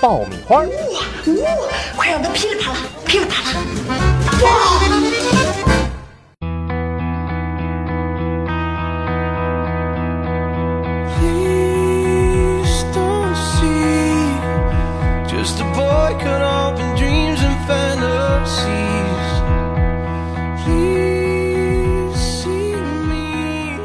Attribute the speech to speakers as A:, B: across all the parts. A: 爆米花》。
B: 哇哇！快让它噼里啪啦，噼里啪啦！
C: Please don't see. Just a boy cut open dreams and fantasies. Please see me.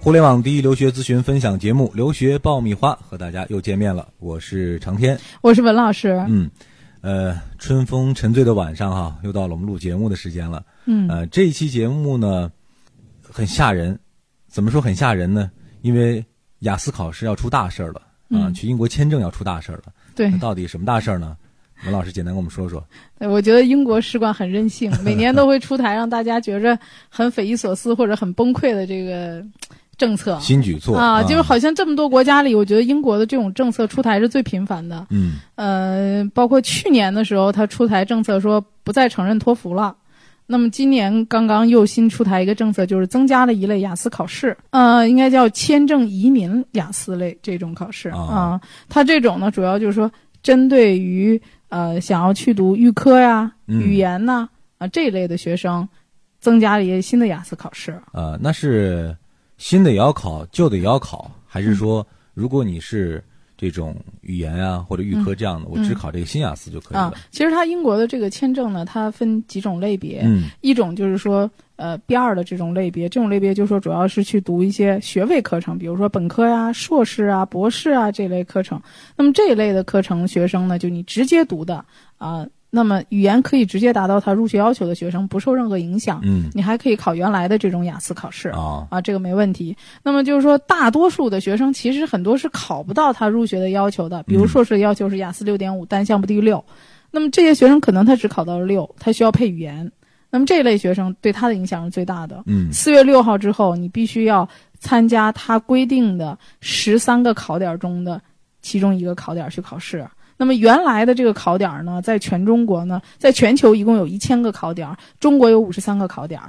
D: 互联网第一留学咨询分享节目《留学爆米花》和大家又见面了，我是长天。
E: 我是文老师。
D: 嗯，呃，春风沉醉的晚上哈、又到了我们录节目的时间了。
E: 嗯
D: 呃，这一期节目呢，很吓人。怎么说很吓人呢？因为雅思考试要出大事儿了啊、
E: 嗯
D: 去英国签证要出大事儿了。
E: 对
D: 那，到底什么大事儿呢？文老师简单跟我们说说。
E: 对我觉得英国使馆很任性，每年都会出台让大家觉着很匪夷所思或者很崩溃的这个政策
D: 新举措
E: 啊，就是好像这么多国家里，我觉得英国的这种政策出台是最频繁的。
D: 嗯
E: 呃，包括去年的时候，他出台政策说不再承认托福了。那么今年刚刚又新出台一个政策，就是增加了一类雅思考试，呃，应该叫签证移民雅思类这种考试
D: 啊
E: 啊、它这种呢，主要就是说针对于呃想要去读预科呀、
D: 嗯
E: 语言呐啊、这一类的学生，增加了一些新的雅思考试。
D: 呃，那是新的也要考，旧的也要考，还
E: 嗯
D: 是说如果你是这种语言啊或者预科这样的，我只考这个新雅思就可以
E: 嗯啊
D: 了？，
E: 其实它英国的这个签证呢，它分几种类别，
D: 嗯
E: 一种就是说，呃，B 二的这种类别，这种类别就是说主要是去读一些学位课程，比如说本科呀、硕士啊、博士啊这类课程。那么这一类的课程学生呢，就你直接读的啊、那么语言可以直接达到他入学要求的学生，不受任何影响。
D: 嗯
E: 你还可以考原来的这种雅思考试
D: 啊
E: 啊，这个没问题。那么就是说，大多数的学生其实很多是考不到他入学的要求的，比如
D: 嗯
E: 硕士的要求是雅思六点五，单项不低于六。那么这些学生可能他只考到了六，他需要配语言。那么这类学生对他的影响是最大的。
D: 嗯
E: 四月六号之后，你必须要参加他规定的十三个考点中的其中一个考点去考试。那么原来的这个考点呢，在全中国呢，在全球一共有一千个考点，中国有五十三个考点。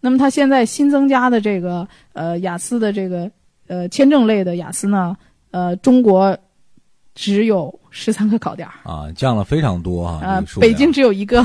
E: 那么它现在新增加的这个呃雅思的这个呃签证类的雅思呢，呃中国只有十三个考点，
D: 啊，降了非常多啊，
E: 呃
D: 这个数
E: 北
D: 量
E: 京只有一个。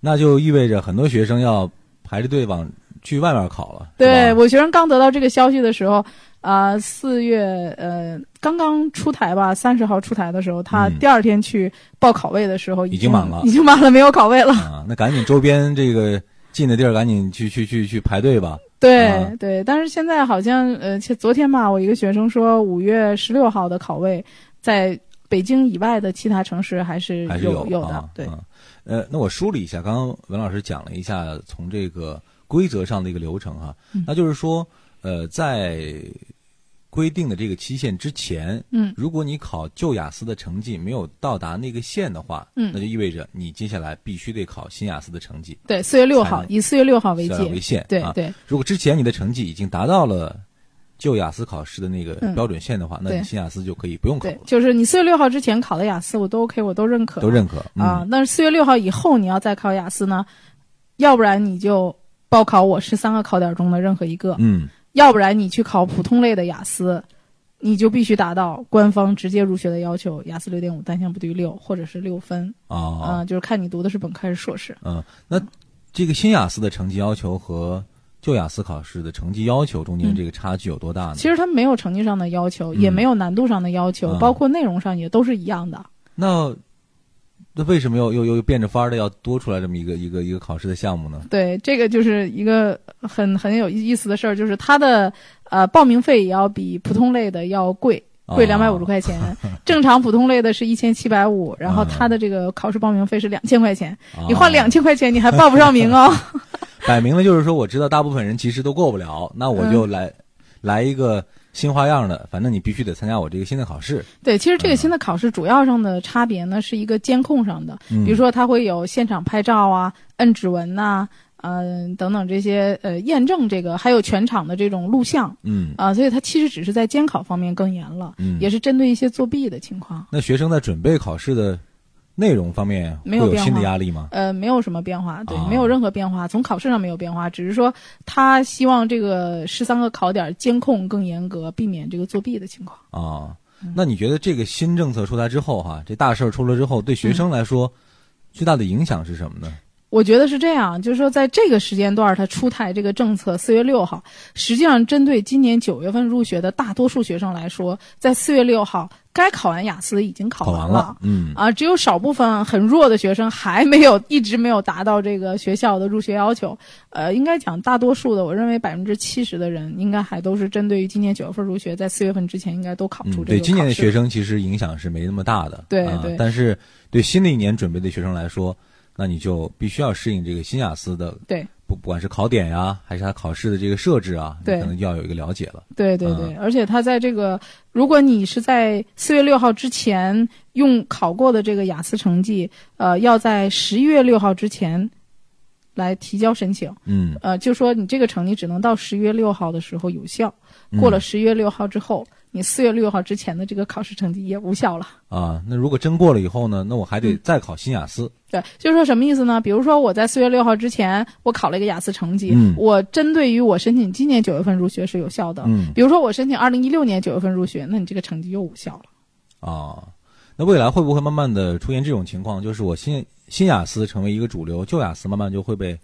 D: 那就意味着很多学生要排着队往去外面考了。
E: 对
D: 是吧
E: 我学生刚得到这个消息的时候，啊、四月呃刚刚出台吧，三十号出台的时候，他
D: 嗯
E: 第二天去报考位的时候
D: 已经满了
E: 已经满了，没有考位了。
D: 啊，那赶紧周边这个近的地儿赶紧去去去去排队吧。
E: 对、
D: 啊
E: 对，但是现在好像呃，其昨天吧，我一个学生说，五月十六号的考位在北京以外的其他城市还是
D: 还是
E: 有
D: 有
E: 的
D: 啊，
E: 对。
D: 啊呃，那我梳理一下，刚刚文老师讲了一下从这个规则上的一个流程哈、
E: 嗯
D: 那就是说，呃，在规定的这个期限之前，
E: 嗯
D: 如果你考旧雅思的成绩没有到达那个线的话，
E: 嗯
D: 那就意味着你接下来必须得考新雅思的成绩，
E: 对，四月六
D: 才
E: 号
D: 能
E: 以四月六号为
D: 下
E: 界，
D: 来为限。
E: 对、
D: 啊，
E: 对
D: 如果之前你的成绩已经达到了旧雅思考试的那个
E: 嗯
D: 标准线的话，那你
E: 对
D: 新雅思就可以不用考
E: 对
D: 了，，
E: 就是你四月六号之前考的雅思，我都 OK，我都认可，
D: 都认可、嗯、
E: 啊，那四月六号以后你要再考雅思呢，要不然你就报考我十三个考点中的任何一个，
D: 嗯，
E: 要不然你去考普通类的雅思，你就必须达到官方直接入学的要求，雅思六点五单项不低于六或者是六分
D: 啊、
E: 啊、就是看你读的是本科还是硕士。
D: 嗯，那这个新雅思的成绩要求和旧雅思考试的成绩要求中间这个差距有多大呢？
E: 嗯其实它没有成绩上的要求，也
D: 嗯
E: 没有难度上的要求，
D: 嗯
E: 包括内容上也都是一样的。
D: 那那为什么又又又变着法儿的要多出来这么一个一个一个考试的项目呢？
E: 对，这个就是一个很很有意思的事儿，就是它的呃报名费也要比普通类的要贵，
D: 啊
E: 贵两百五十块钱， 正常普通类的是一千七百五，然后
D: 嗯
E: 它的这个考试报名费是两千块钱，
D: 啊，
E: 你花两千块钱你还报不上 名哦。嗯
D: 摆明了就是说，我知道大部分人其实都过不了，那我就来、来一个新花样的，反正你必须得参加我这个新的考试。
E: 对，其实这个新的考试主要上的差别呢，是一个监控上的，
D: 嗯
E: 嗯比如说它会有现场拍照啊、摁指纹呐、嗯、等等这些呃验证这个，还有全场的这种录像
D: 嗯，
E: 啊、所以它其实只是在监考方面更严了，
D: 嗯
E: 也是针对一些作弊的情况，
D: 那学生在准备考试的内容方面会
E: 没有变化
D: 新的压力吗？
E: 呃，没有什么变化，对，
D: 啊
E: 没有任何变化，从考试上没有变化，只是说他希望这个十三个考点监控更严格，避免这个作弊的情况。
D: 啊，那你觉得这个新政策出台之后哈、这大事儿出了之后，对学生来说、最大的影响是什么呢？
E: 我觉得是这样，就是说，在这个时间段儿，它出台这个政策，四月六号，实际上针对今年九月份入学的大多数学生来说，在四月六号，该考完雅思已经考
D: 考
E: 完
D: 完
E: 了。
D: 了，嗯
E: 啊，只有少部分很弱的学生还没有一直没有达到这个学校的入学要求。呃，应该讲大多数的，我认为百分之七十的人应该还都是针对于今年九月份入学，在四月份之前应该都考出
D: 嗯，
E: 这个、
D: 对今年的学，生其实影响是没那么大的，
E: 对
D: 啊
E: 对
D: 但是对新的一年准备的学生来说，那你就必须要适应这个新雅思的，
E: 对
D: 不不管是考点呀，还是他考试的这个设置啊，你
E: 对
D: 可能就要有一个了解了。
E: 对对对，而且他在这个，如果你是在四月六号之前用考过的这个雅思成绩，呃，要在十一月六号之前来提交申请。
D: 嗯，
E: 呃，就说你这个成绩只能到十月六号的时候有效，过
D: 嗯
E: 了十月六号之后，你四月六号之前的这个考试成绩也无效了。
D: 啊，那如果真过了以后呢，那我还
E: 嗯
D: 得再考新雅思，
E: 对，就是说什么意思呢？比如说我在四月六号之前，我考了一个雅思成绩，
D: 嗯
E: 我针对于我申请今年九月份入学是有效的。
D: 嗯
E: 比如说我申请二零一六年九月份入学，那你这个成绩又无效了。
D: 啊，那未来会不会慢慢的出现这种情况，就是我新新雅思成为一个主流，旧雅思慢慢就会被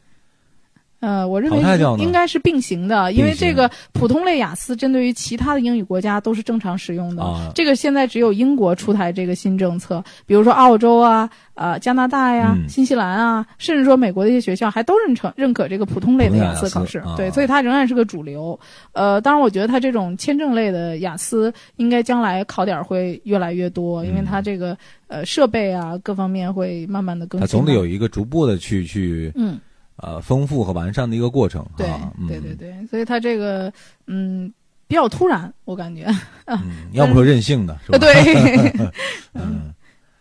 E: 呃，我认
D: 淘汰掉
E: 为
D: 呢
E: 应该是并行的，因为
D: 并行
E: 这个普通类雅思针对于其他的英语国家都是正常使用的。
D: 啊
E: 嗯这个现在只有英国出台这个新政策，比如说澳洲啊、呃加拿大呀、
D: 嗯
E: 新西兰啊，甚至说美国的一些学校还都认成认可这个普通类的雅思考试
D: 普通雅思啊，
E: 对，所以它仍然是个主流。呃，当然，我觉得它这种签证类的雅思应该将来考点会越来越多，因为
D: 嗯
E: 它这个呃设备啊各方面会慢慢的更
D: 它
E: 新。
D: 总得有一个逐步的去去
E: 嗯。
D: 呃丰富和完善的一个过程
E: 对
D: 啊，嗯
E: 对对对，所以他这个嗯比较突然，我感觉
D: 嗯，要么说任性的是吧？，
E: 呃对
D: 嗯，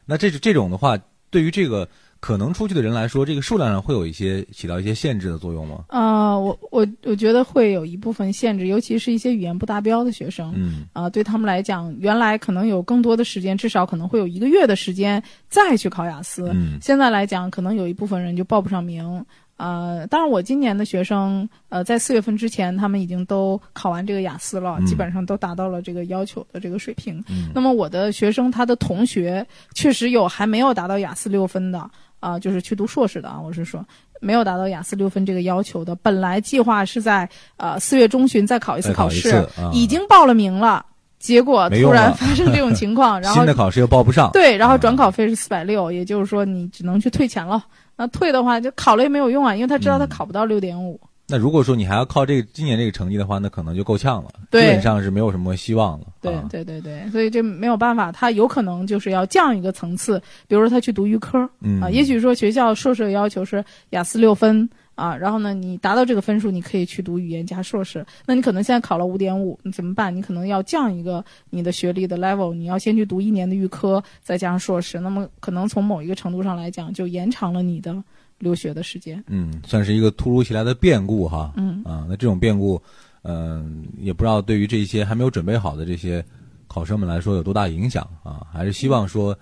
D: 那这这种的话，对于这个可能出去的人来说，这个数量上会有一些起到一些限制的作用吗？
E: 呃，我我我觉得会有一部分限制，尤其是一些语言不达标的学生。
D: 嗯
E: 啊、对他们来讲，原来可能有更多的时间，至少可能会有一个月的时间再去考雅思。
D: 嗯
E: 现在来讲，可能有一部分人就报不上名。呃，当然，我今年的学生，呃，在四月份之前，他们已经都考完这个雅思了，
D: 嗯
E: 基本上都达到了这个要求的这个水平。
D: 嗯
E: 那么我的学生他的同学确实有还没有达到雅思六分的啊、就是去读硕士的啊，我是说没有达到雅思六分这个要求的。本来计划是在呃四月中旬再考一次
D: 再考
E: 考
D: 一
E: 试，
D: 次啊
E: 已经报了名了，结果
D: 没
E: 突
D: 用
E: 然
D: 了
E: 发生这种情况，然后
D: 新的考试又报不上，
E: 对，然后
D: 啊
E: 转考费是四百六，也就是说你只能去退钱了。那退的话就考了也没有用啊，因为他知道他
D: 嗯
E: 考不到六点五。
D: 那如果说你还要靠这个今年这个成绩的话，那可能就够呛了，
E: 对
D: 基本上是没有什么希望了。
E: 对
D: 啊、
E: 对对对，所以这没有办法，他有可能就是要降一个层次，比如说他去读预科，
D: 嗯
E: 啊，也许说学校硕士的要求是雅思六分啊，然后呢，你达到这个分数，你可以去读语言加硕士。那你可能现在考了五点五，你怎么办？你可能要降一个你的学历的 level，你要先去读一年的预科，再加上硕士，那么可能从某一个程度上来讲，就延长了你的留学的时间。
D: 嗯，算是一个突如其来的变故哈。
E: 嗯
D: 啊，那这种变故，嗯、也不知道对于这些还没有准备好的这些考生们来说有多大影响啊？还是希望说，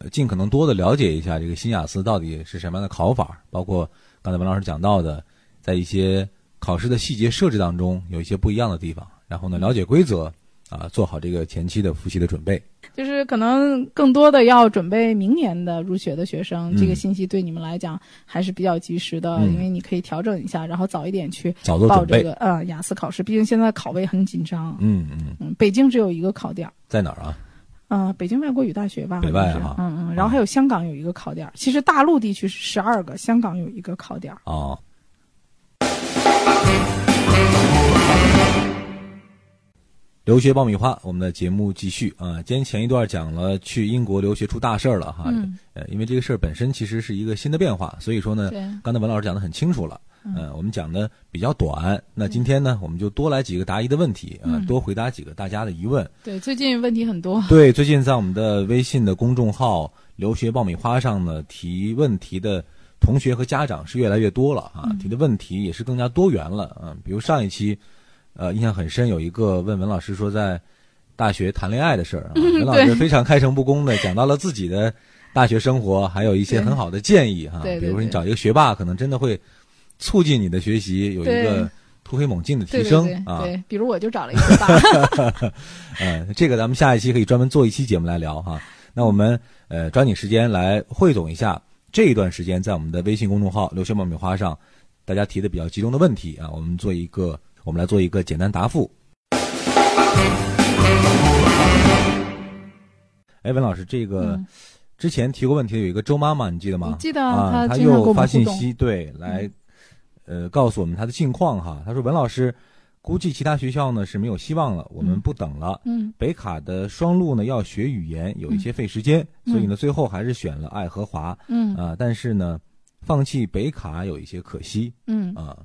D: 呃尽可能多的了解一下这个新雅思到底是什么样的考法，包括刚才文老师讲到的，在一些考试的细节设置当中有一些不一样的地方，然后呢，了解规则啊，做好这个前期的复习的准备。
E: 就是可能更多的要准备明年的入学的学生，
D: 嗯
E: 这个信息对你们来讲还是比较及时的，
D: 嗯
E: 因为你可以调整一下，然后早一点去
D: 早做
E: 报
D: 准备
E: 这个呃雅思考试，毕竟现在考位很紧张。
D: 嗯嗯，
E: 嗯，北京只有一个考点儿，
D: 在哪儿啊？
E: 啊、北京外国语大学吧，
D: 北
E: 好像
D: 外
E: 是
D: 哈
E: 嗯嗯，然后还有香港有一个考点儿，其实大陆地区是十二个，香港有一个考点儿。
D: 哦。留学爆米花，我们的节目继续啊。今天前一段讲了去英国留学出大事儿了哈，
E: 嗯
D: 呃，因为这个事儿本身其实是一个新的变化，所以说呢
E: 对，
D: 刚才文老师讲的很清楚了，嗯、我们讲的比较短，那今天呢，我们就多来几个答疑的问题啊、
E: 嗯
D: 多回答几个大家的疑问。
E: 对，最近问题很多。
D: 对，最近在我们的微信的公众号“留学爆米花”上呢，提问题的同学和家长是越来越多了
E: 嗯
D: 啊，提的问题也是更加多元了啊。比如上一期，呃，印象很深，有一个问文老师说在大学谈恋爱的事 儿、啊，文老师
E: 对
D: 非常开诚布公的讲到了自己的大学生活，还有一些
E: 对
D: 很好的建议哈、啊
E: 对对
D: 比如说你
E: 对
D: 找一个学霸，可能真的会促进你的学习有一
E: 对
D: 个突飞猛进的提
E: 对对
D: 升
E: 对
D: 啊。
E: 对，比如我就找了一 个爸，
D: 呃，这个咱们下一期可以专门做一期节目来聊哈。那我们呃抓紧时间来汇总一下这一段时间在我们的微信公众号“留学爆米花”上大家提的比较集中的问题啊，我们做一个我们来做一个简单答复。哎，文老师，这个
E: 嗯
D: 之前提过问题的有一个周妈妈，你记得吗？
E: 我记得
D: 啊，
E: 她
D: 她
E: 经常跟
D: 又
E: 我们
D: 发
E: 互
D: 信
E: 动嗯
D: 息，对，来，呃，告诉我们她的近况哈。她说：“文老师，估计其他学校呢是没有希望了，我们
E: 嗯
D: 不等了。
E: 嗯，
D: 北卡的双录呢要学语言，有一些费时间，
E: 嗯
D: 所以呢最后还是选了爱荷华啊、
E: 嗯
D: 但是呢，放弃北卡有一些可惜
E: 嗯，
D: 啊、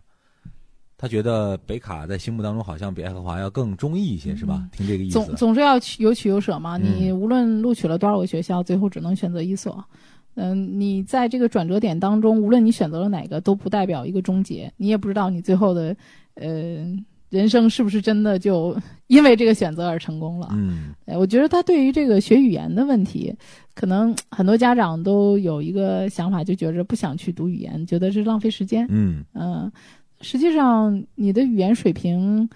D: 他觉得北卡在心目当中好像比爱荷华要更中意一些，是吧？听这个意
E: 嗯总
D: 思。啊
E: 总是要取有取有舍嘛。
D: 嗯
E: 你无论录取了多少个学校，最后只能选择一所。嗯，你在这个转折点当中，无论你选择了哪个，都不代表一个终结。你也不知道你最后的，呃，人生是不是真的就因为这个选择而成功了。
D: 嗯
E: 哎，我觉得他对于这个学语言的问题，可能很多家长都有一个想法，就觉着不想去读语言，觉得是浪费时间。
D: 嗯
E: 嗯、实际上你的语言水平，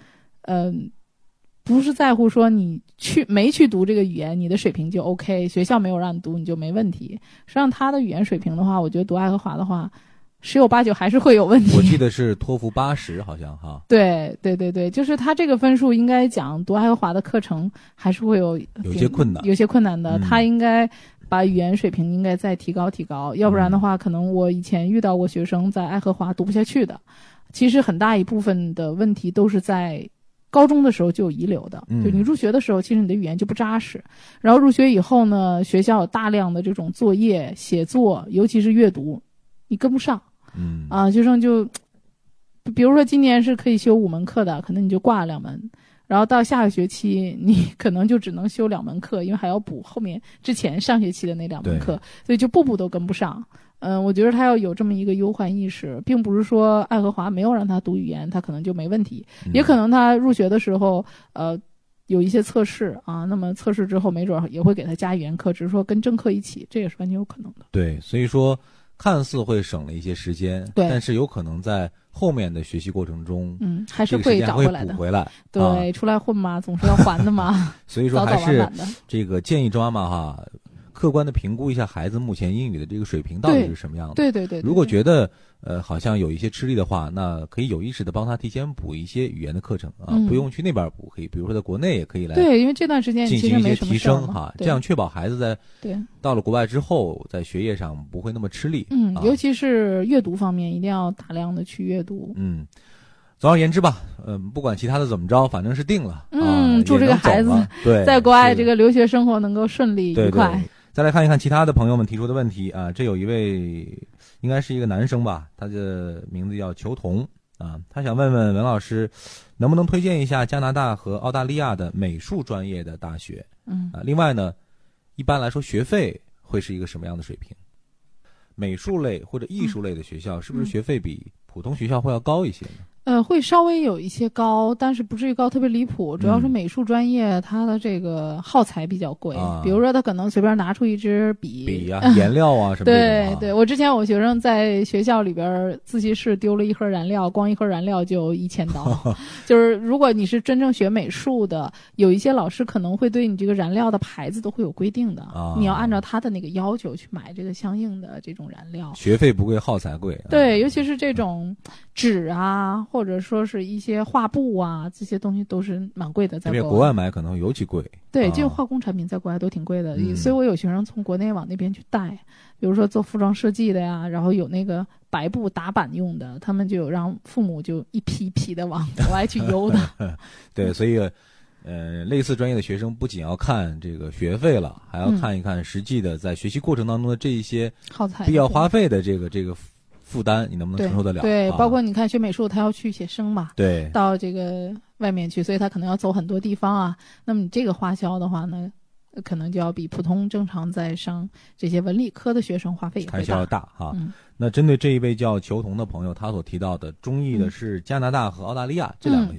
E: 嗯、不是在乎说你去没去读这个语言，你的水平就 OK，学校没有让你读你就没问题。实际上他的语言水平的话，我觉得读爱荷华的话，十有八九还是会有问题。
D: 我记得是托福八十，好像哈，
E: 对对对对，就是他这个分数应该讲读爱荷华的课程还是会有
D: 有
E: 挺
D: 些困难
E: 有些困难的。
D: 嗯
E: 他应该把语言水平应该再提高提高，要不然的
D: 嗯
E: 话，可能我以前遇到过学生在爱荷华读不下去的，其实很大一部分的问题都是在。高中的时候就有遗留的，
D: 嗯
E: 就你入学的时候，其实你的语言就不扎实。然后入学以后呢，学校有大量的这种作业、写作，尤其是阅读，你跟不上。
D: 嗯
E: 啊，学生就，比如说今年是可以修五门课的，可能你就挂了两门，然后到下个学期你 可能就只能修两门课，因为还要补后面之前上学期的那两门
D: 对
E: 课，所以就步步都跟不上。嗯，我觉得他要有这么一个忧患意识，并不是说爱荷华没有让他读语言，他可能就没问题，
D: 嗯
E: 也可能他入学的时候，呃。有一些测试啊，那么测试之后，没准儿也会给他加语言课，只是说跟正课一起，这也是完全有可能的。
D: 对，所以说看似会省了一些时间，
E: 对
D: 但是有可能在后面的学习过程中，
E: 嗯，还
D: 这
E: 是
D: 个时
E: 会
D: 间还
E: 找
D: 会
E: 回来的
D: 补。回来。
E: 对，
D: 啊
E: 出来混嘛，总是要还的 嘛，
D: 所以说
E: 早早
D: 还
E: 晚
D: 是啊
E: 晚的。
D: 这个建议抓妈哈，客观的评估一下孩子目前英语的这个水平到底
E: 对
D: 是什么样的。
E: 对对对，对
D: 如果
E: 对
D: 觉得呃好像有一些吃力的话，那可以有意识的帮他提前补一些语言的课程啊，
E: 嗯
D: 不用去那边补，可以比如说在国内也可以来
E: 对，因为这段时间
D: 进
E: 其实
D: 行一
E: 没
D: 些
E: 什么
D: 提
E: 事儿
D: 升
E: 嘛
D: 哈，
E: 对
D: 这样嗯确保孩子在
E: 对，
D: 到了国外之后，在学业上不会那么吃力。
E: 嗯
D: 啊，
E: 尤其是阅读方面，一定要大量的去阅读。
D: 嗯，总而言之吧，嗯、不管其他的怎么着，反正是定了。
E: 嗯
D: 啊、
E: 祝这
D: 也
E: 个
D: 能走
E: 孩子
D: 了对
E: 在国外
D: 是
E: 这个留学生活能够顺利
D: 对
E: 愉快
D: 对。再来看一看其他的朋友们提出的问题啊，这有一位应该是一个男生吧，他的名字叫裘彤啊，他想问问文老师，能不能推荐一下加拿大和澳大利亚的美术专业的大学
E: 嗯
D: 啊？另外呢，一般来说学费会是一个什么样的水平？美术类或者艺术类的学校
E: 嗯
D: 是不是学费比普通学校会要高一些呢？
E: 呃，会稍微有一些高，但是不至于高特别离谱。主要是
D: 嗯
E: 美术专业它的这个耗材比较贵，
D: 啊
E: 比如说他可能随便拿出一支笔，
D: 笔啊、颜料啊什么这种
E: 对
D: 啊
E: 对，我之前我学生在学校里边儿自习室丢了一盒燃料，光一盒燃料就一千刀。就是如果你是真正学美术的，有一些老师可能会对你这个燃料的牌子都会有规定的，你要按照他的那个要求去买这个相应的这种燃料。
D: 学费不贵，耗材贵。啊
E: 对，尤其是这种纸啊，或者说是一些画布啊，这些东西都是蛮贵的，在
D: 因为
E: 国
D: 国外买可能会尤其贵。
E: 对，
D: 啊
E: 这个化工产品在国外都挺贵的，
D: 嗯
E: 所以我有学生从国内往那边去带，比如说做服装设计的呀，然后有那个白布打板用的，他们就有让父母就一批一批的往国外去邮 的。嗯
D: 对，所以，呃，类似专业的学生不仅要看这个学费了，还要
E: 嗯
D: 看一看实际的在学习过程当中的这一些
E: 耗材
D: 必要花费的这个这个付负担，你能不能
E: 对
D: 承受得了？
E: 对，
D: 啊
E: 包括你看学美术，他要去写生嘛，
D: 对
E: 到这个外面去，所以他可能要走很多地方啊。那么你这个花销的话呢，呃可能就要比普通正常在上这些文理科的学生花费也
D: 开
E: 会
D: 销要
E: 大。
D: 大哈、
E: 嗯
D: 那针对这一位叫裘彤的朋友，他所提到的中意的
E: 嗯
D: 是加拿大和澳大利亚这两个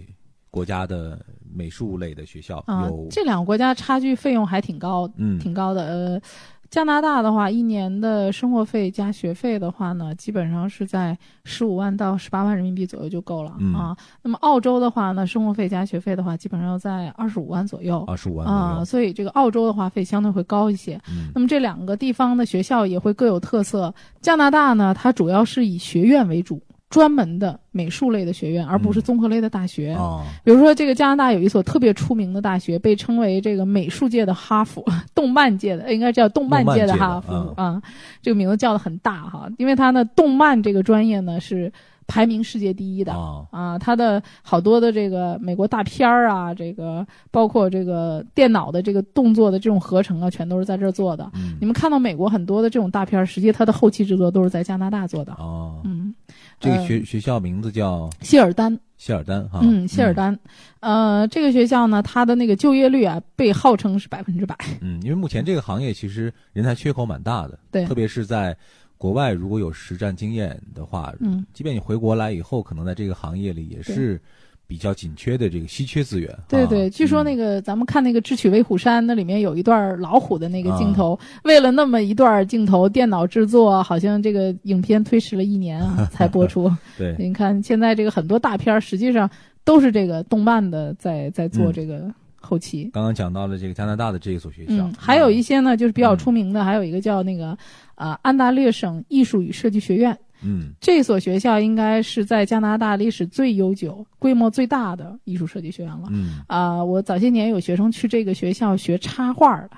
D: 国家的美术类的学校、
E: 啊
D: 有，，
E: 这两个国家差距费用还挺高，
D: 嗯，
E: 挺高的。呃，加拿大的话，一年的生活费加学费的话呢，基本上是在十五万到十八万人民币左右就够了、
D: 嗯
E: 啊。那么澳洲的话呢，生活费加学费的话，基本上要在二十五万左右
D: 二十五万左右、
E: 啊，所以这个澳洲的话费相对会高一些。
D: 嗯
E: 那么这两个地方的学校也会各有特色。加拿大呢，它主要是以学院为主，专门的美术类的学院，而不是
D: 嗯
E: 综合类的大学。
D: 啊，
E: 比如说，这个加拿大有一所特别出名的大学，被称为这个美术界的哈佛， 动漫界的呃应该叫动漫界的哈佛
D: 动漫界的
E: 啊、这个名字叫的很大哈，因为它呢，动漫这个专业呢是排名世界第一的。
D: 啊
E: 啊，它的好多的这个美国大片儿啊，这个包括这个电脑的这个动作的这种合成啊，全都是在这儿做的。
D: 嗯
E: 你们看到美国很多的这种大片儿，实际它的后期制作都是在加拿大做的。
D: 啊，
E: 嗯，
D: 这个
E: 呃
D: 学、学校名字叫
E: 谢尔丹，
D: 谢尔丹哈，
E: 嗯，谢尔丹，呃，这个学校呢，它的那个就业率啊，被号称是百分之百。
D: 嗯，因为目前这个行业其实人才缺口蛮大的，
E: 对
D: 特别是在国外如果有实战经验的话，
E: 嗯，
D: 即便你回国来以后，可能在这个行业里也是比较紧缺的这个稀缺资源。
E: 对
D: 啊
E: 对，据说那
D: 嗯
E: 个、咱们看那个《智取威虎山》，那里面有一段老虎的那个
D: 啊
E: 镜头，为了那么一段镜头，电脑制作好像这个影片推迟了一年啊才播出。
D: 对，
E: 您看现在这个很多大片儿，实际上都是这个动漫的在在
D: 嗯
E: 做这个后期。
D: 刚刚讲到了这个加拿大的这一所学校，
E: 嗯，还有一些呢，就是比较
D: 嗯
E: 出名的，还有一个叫那个，呃，安大略省艺术与设计学院，
D: 嗯
E: 这所学校应该是在加拿大历史最悠久、规模最大的艺术设计学院了。
D: 嗯，
E: 啊、我早些年有学生去这个学校学插画的，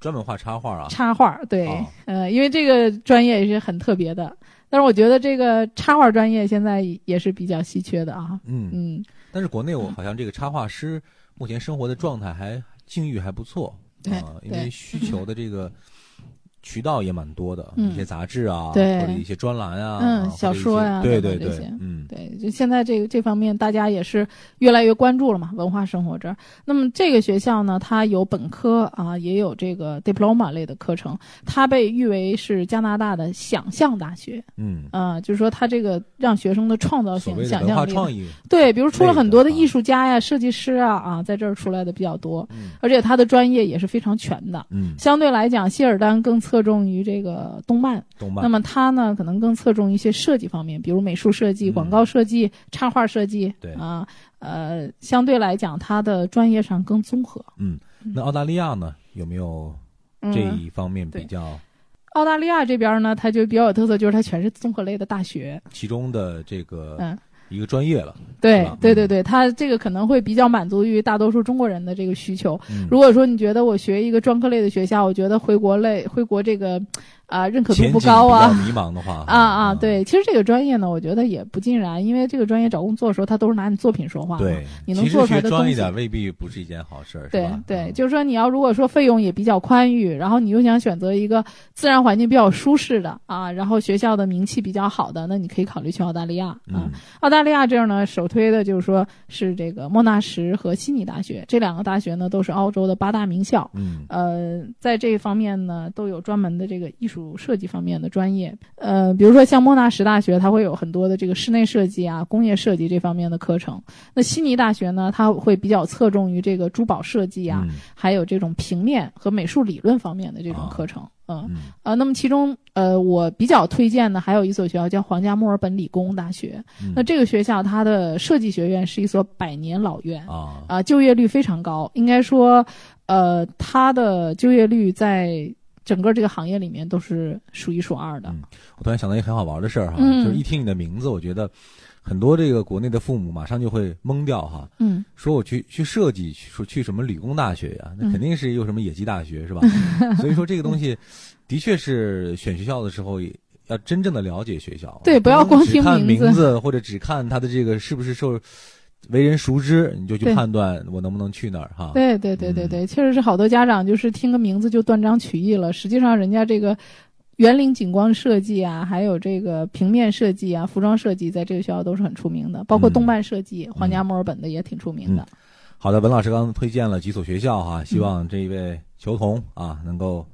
D: 专门画插画啊，
E: 插画对，
D: 哦
E: 呃，因为这个专业也是很特别的，但是我觉得这个插画专业现在也是比较稀缺的啊。
D: 嗯，
E: 嗯，
D: 但是国内我好像这个插画师目前生活的状态还境遇还不错，
E: 对
D: 啊，因为
E: 对
D: 需求的这个。渠道也蛮多的，
E: 嗯
D: 一些杂志啊，
E: 对
D: 或者一些专栏啊，
E: 嗯
D: 或者一些
E: 小说呀
D: 对
E: 等
D: 对
E: 等
D: 对
E: 这些，
D: 嗯，
E: 对，就现在这个这方面大家也是越来越关注了嘛，文化生活这儿。那么这个学校呢，它有本科啊，也有这个 diploma 类的课程，它被誉为是加拿大的想象大学。
D: 嗯，
E: 啊、就是说他这个让学生的创造
D: 所
E: 性、
D: 谓的
E: 哦想
D: 文化
E: 象力，
D: 创意，
E: 对，比如出了很多的
D: 类的啊
E: 艺术家呀、设计师啊啊，在这儿出来的比较多，
D: 嗯
E: 而且他的专业也是非常全的。
D: 嗯，
E: 相对来讲，谢尔丹更侧重于这个动漫，
D: 动
E: 那
D: 漫，
E: 么他呢，可能更侧重一些设计方面，比如美术设计、
D: 嗯
E: 广告设计、插画设计，
D: 对
E: 啊，呃，相对来讲，他的专业上更综合。
D: 那澳大利亚呢，有没有这
E: 嗯，
D: 一方面比
E: 对
D: 较
E: 澳大利亚这边呢，它就比较有特色，就是它全是综合类的大学，
D: 其中的这个
E: 嗯，
D: 一个专业了？是
E: 对
D: 吧嗯
E: 对对对，它这个可能会比较满足于大多数中国人的这个需求。
D: 嗯
E: 如果说你觉得我学一个专科类的学校，我觉得回国类回国这个啊、认可度
D: 前景
E: 不
D: 比较
E: 高
D: 嗯
E: 啊。
D: 迷茫的话，
E: 啊啊，对，其实这个专业呢，我觉得也不尽然，因为这个专业找工作的时候，他都是拿你作品说话嘛。
D: 对，
E: 你能
D: 其实
E: 做出
D: 学
E: 来的
D: 专
E: 东
D: 一
E: 西
D: 点未必不是一件好事儿，是
E: 对
D: 吧
E: 对，
D: 嗯
E: 就是啊说你要如果说费用也比较宽裕，然后你又想选择一个自然环境比较舒适的啊，然后学校的名气比较好的，那你可以考虑去澳大利亚啊。
D: 嗯
E: 澳大利亚这儿呢，首推的就是说是这个莫纳什和悉尼大学这两个大学呢，都是澳洲的八大名校。
D: 嗯
E: 呃，在这方面呢，都有专门的这个艺术设计方面的专业。呃，比如说像莫纳什大学，它会有很多的这个室内设计啊、工业设计这方面的课程。那悉尼大学呢，它会比较侧重于这个珠宝设计啊，
D: 嗯
E: 还有这种平面和美术理论方面的这种课程。嗯
D: 嗯
E: 呃，那么其中呃，我比较推荐的还有一所学校叫皇家墨尔本理工大学。
D: 嗯
E: 那这个学校它的设计学院是一所百年老院
D: 啊
E: 啊、就业率非常高。应该说，呃，它的就业率在整个这个行业里面都是数一数二的。
D: 嗯我突然想到一个很好玩的事儿哈，
E: 嗯
D: 就是一听你的名字，我觉得很多这个国内的父母马上就会懵掉哈，
E: 嗯，
D: 说我去去设计，去说去什么理工大学呀、那
E: 嗯
D: 肯定是有什么野鸡大 学是吧？所以说这个东西，的确是选学校的时候也要真正的了解学校，啊
E: 对不要光
D: 只看
E: 听
D: 名
E: 名字
D: 字或者只看它的这个是不是受为人熟知，你就去
E: 对
D: 判断我能不能去那儿哈。
E: 对
D: 嗯
E: 对对对对，确实是好多家长就是听个名字就断章取义了，实际上人家这个。园林景观设计啊，还有这个平面设计啊、服装设计，在这个学校都是很出名的，包括
D: 嗯
E: 动漫设计，皇家墨尔本的也挺出名的。
D: 好的，文老师刚刚推荐了几所学校
E: 嗯
D: 哈、希望这一位球童啊能够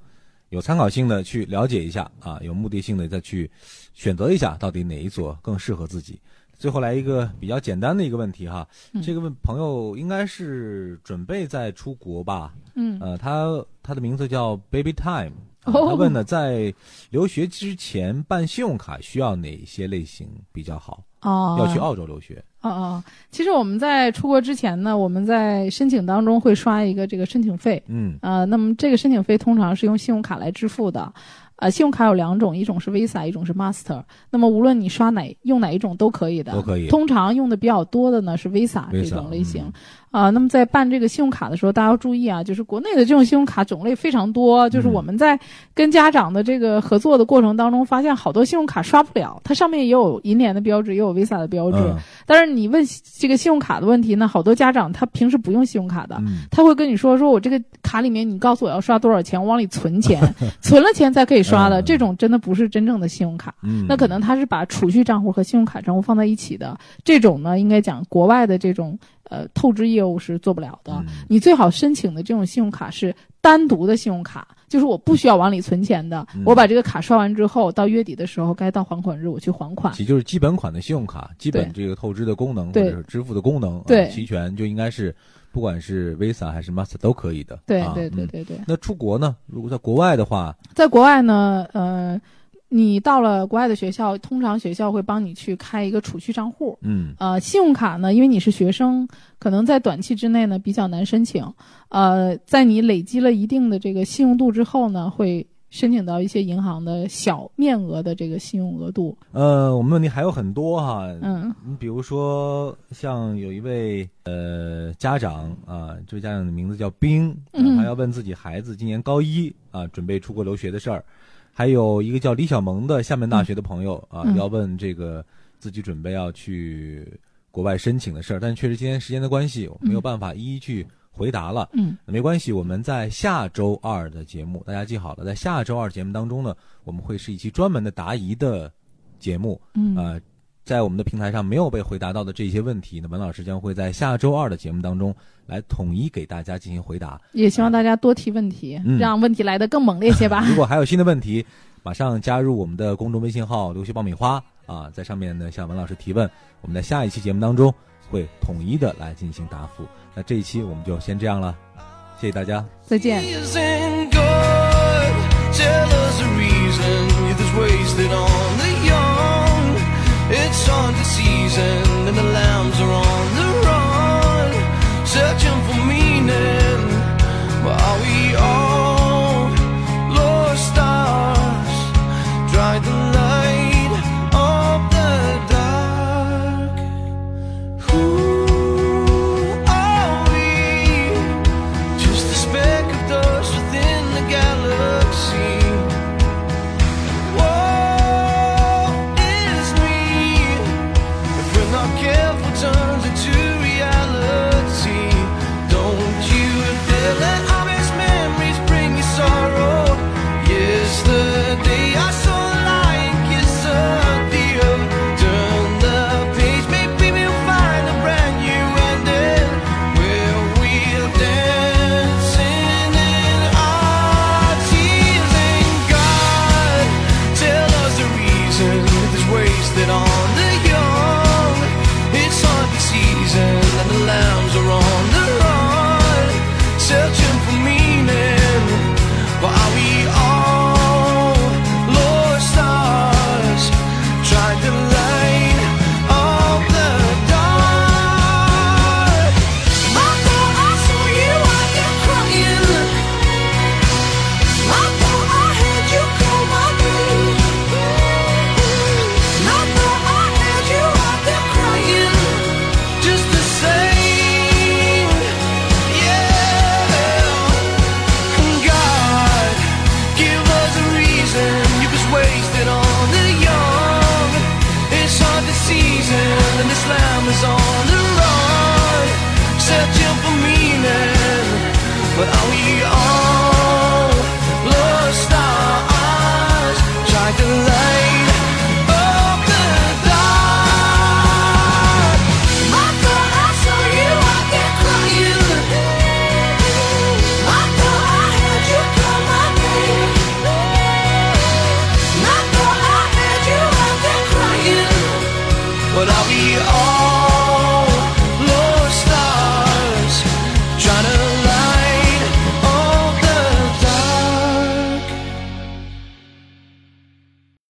D: 有参考性的去了解一下啊，有目的性的再去选择一下到底哪一所更适合自己。最后来一个比较简单的一个问题哈，
E: 嗯
D: 这个问朋友应该是准备在出国吧？
E: 嗯
D: 呃，他他的名字叫 Baby Time，、啊
E: 哦
D: 他问呢，在留学之前办信用卡需要哪些类型比较好？
E: 哦，
D: 嗯要去澳洲留学，
E: 哦哦，其实我们在出国之前呢，我们在申请当中会刷一个这个申请费，
D: 嗯
E: 呃，那么这个申请费通常是用信用卡来支付的。呃，信用卡有两种，一种是 Visa，一种是 Master。那么无论你刷哪用哪一种都可以的，
D: 都可以
E: 通常用的比较多的呢是 Visa 这
D: Visa，
E: 种类型
D: 嗯。
E: 啊、那么在办这个信用卡的时候，大家要注意啊，就是国内的这种信用卡种类非常多，就是
D: 嗯
E: 我们在跟家长的这个合作的过程当中，发现好多信用卡刷不了，它上面也有银联的标志，也有 Visa 的标志。
D: 嗯
E: 但是你问这个信用卡的问题呢，好多家长他平时不用信用卡的，
D: 嗯，
E: 他会跟你说：“说我这个卡里面，你告诉我要刷多少钱，我往里存 钱，存了钱才可以刷的。
D: 嗯
E: 这种真的不是真正的信用卡，
D: 嗯
E: 那可能他是把储蓄账户和信用卡账户放在一起的。这种呢，应该讲国外的这种呃透支业务是做不了的。
D: 嗯
E: 你最好申请的这种信用卡是单独的信用卡，就是我不需要往里存钱的，
D: 嗯
E: 我把这个卡刷完之后，到月底的时候该到还款日我去还款。
D: 其实就是基本款的信用卡，基本这个透支的功能或者是支付的功能、啊
E: 对
D: 齐全，就应该是不管是 Visa 还是 Master 都可以的。
E: 对
D: 啊
E: 对对
D: 嗯
E: 对对。
D: 那出国呢？如果在国外的话，
E: 在国外呢，呃，你到了国外的学校，通常学校会帮你去开一个储蓄账户。
D: 嗯
E: 呃，信用卡呢，因为你是学生，可能在短期之内呢比较难申请。呃，在你累积了一定的这个信用度之后呢，会申请到一些银行的小面额的这个信用额度。
D: 呃，我们问题还有很多哈。
E: 嗯
D: 你比如说，像有一位呃家长啊，这位家长的名字叫冰，啊
E: 嗯
D: 他要问自己孩子今年高一啊，准备出国留学的事儿。还有一个叫李小萌的厦门大学的朋友啊，
E: 嗯
D: 要问这个自己准备要去国外申请的事儿，但确实今天时间的关系，我没有办法一一去回答了。
E: 嗯，
D: 那没关系，我们在下周二的节目，大家记好了，在下周二节目当中呢，我们会是一期专门的答疑的节目。
E: 嗯
D: 呃，在我们的平台上没有被回答到的这些问题，那文老师将会在下周二的节目当中来统一给大家进行回答。
E: 也希望大家多提问题，
D: 嗯
E: 让问题来得更猛烈些吧。
D: 如果还有新的问题，马上加入我们的公众微信号“留学爆米花”啊，在上面呢向文老师提问，我们在下一期节目当中会统一的来进行答复。那这一期我们就先这样了，谢谢大家。
E: 再见。
C: Years and go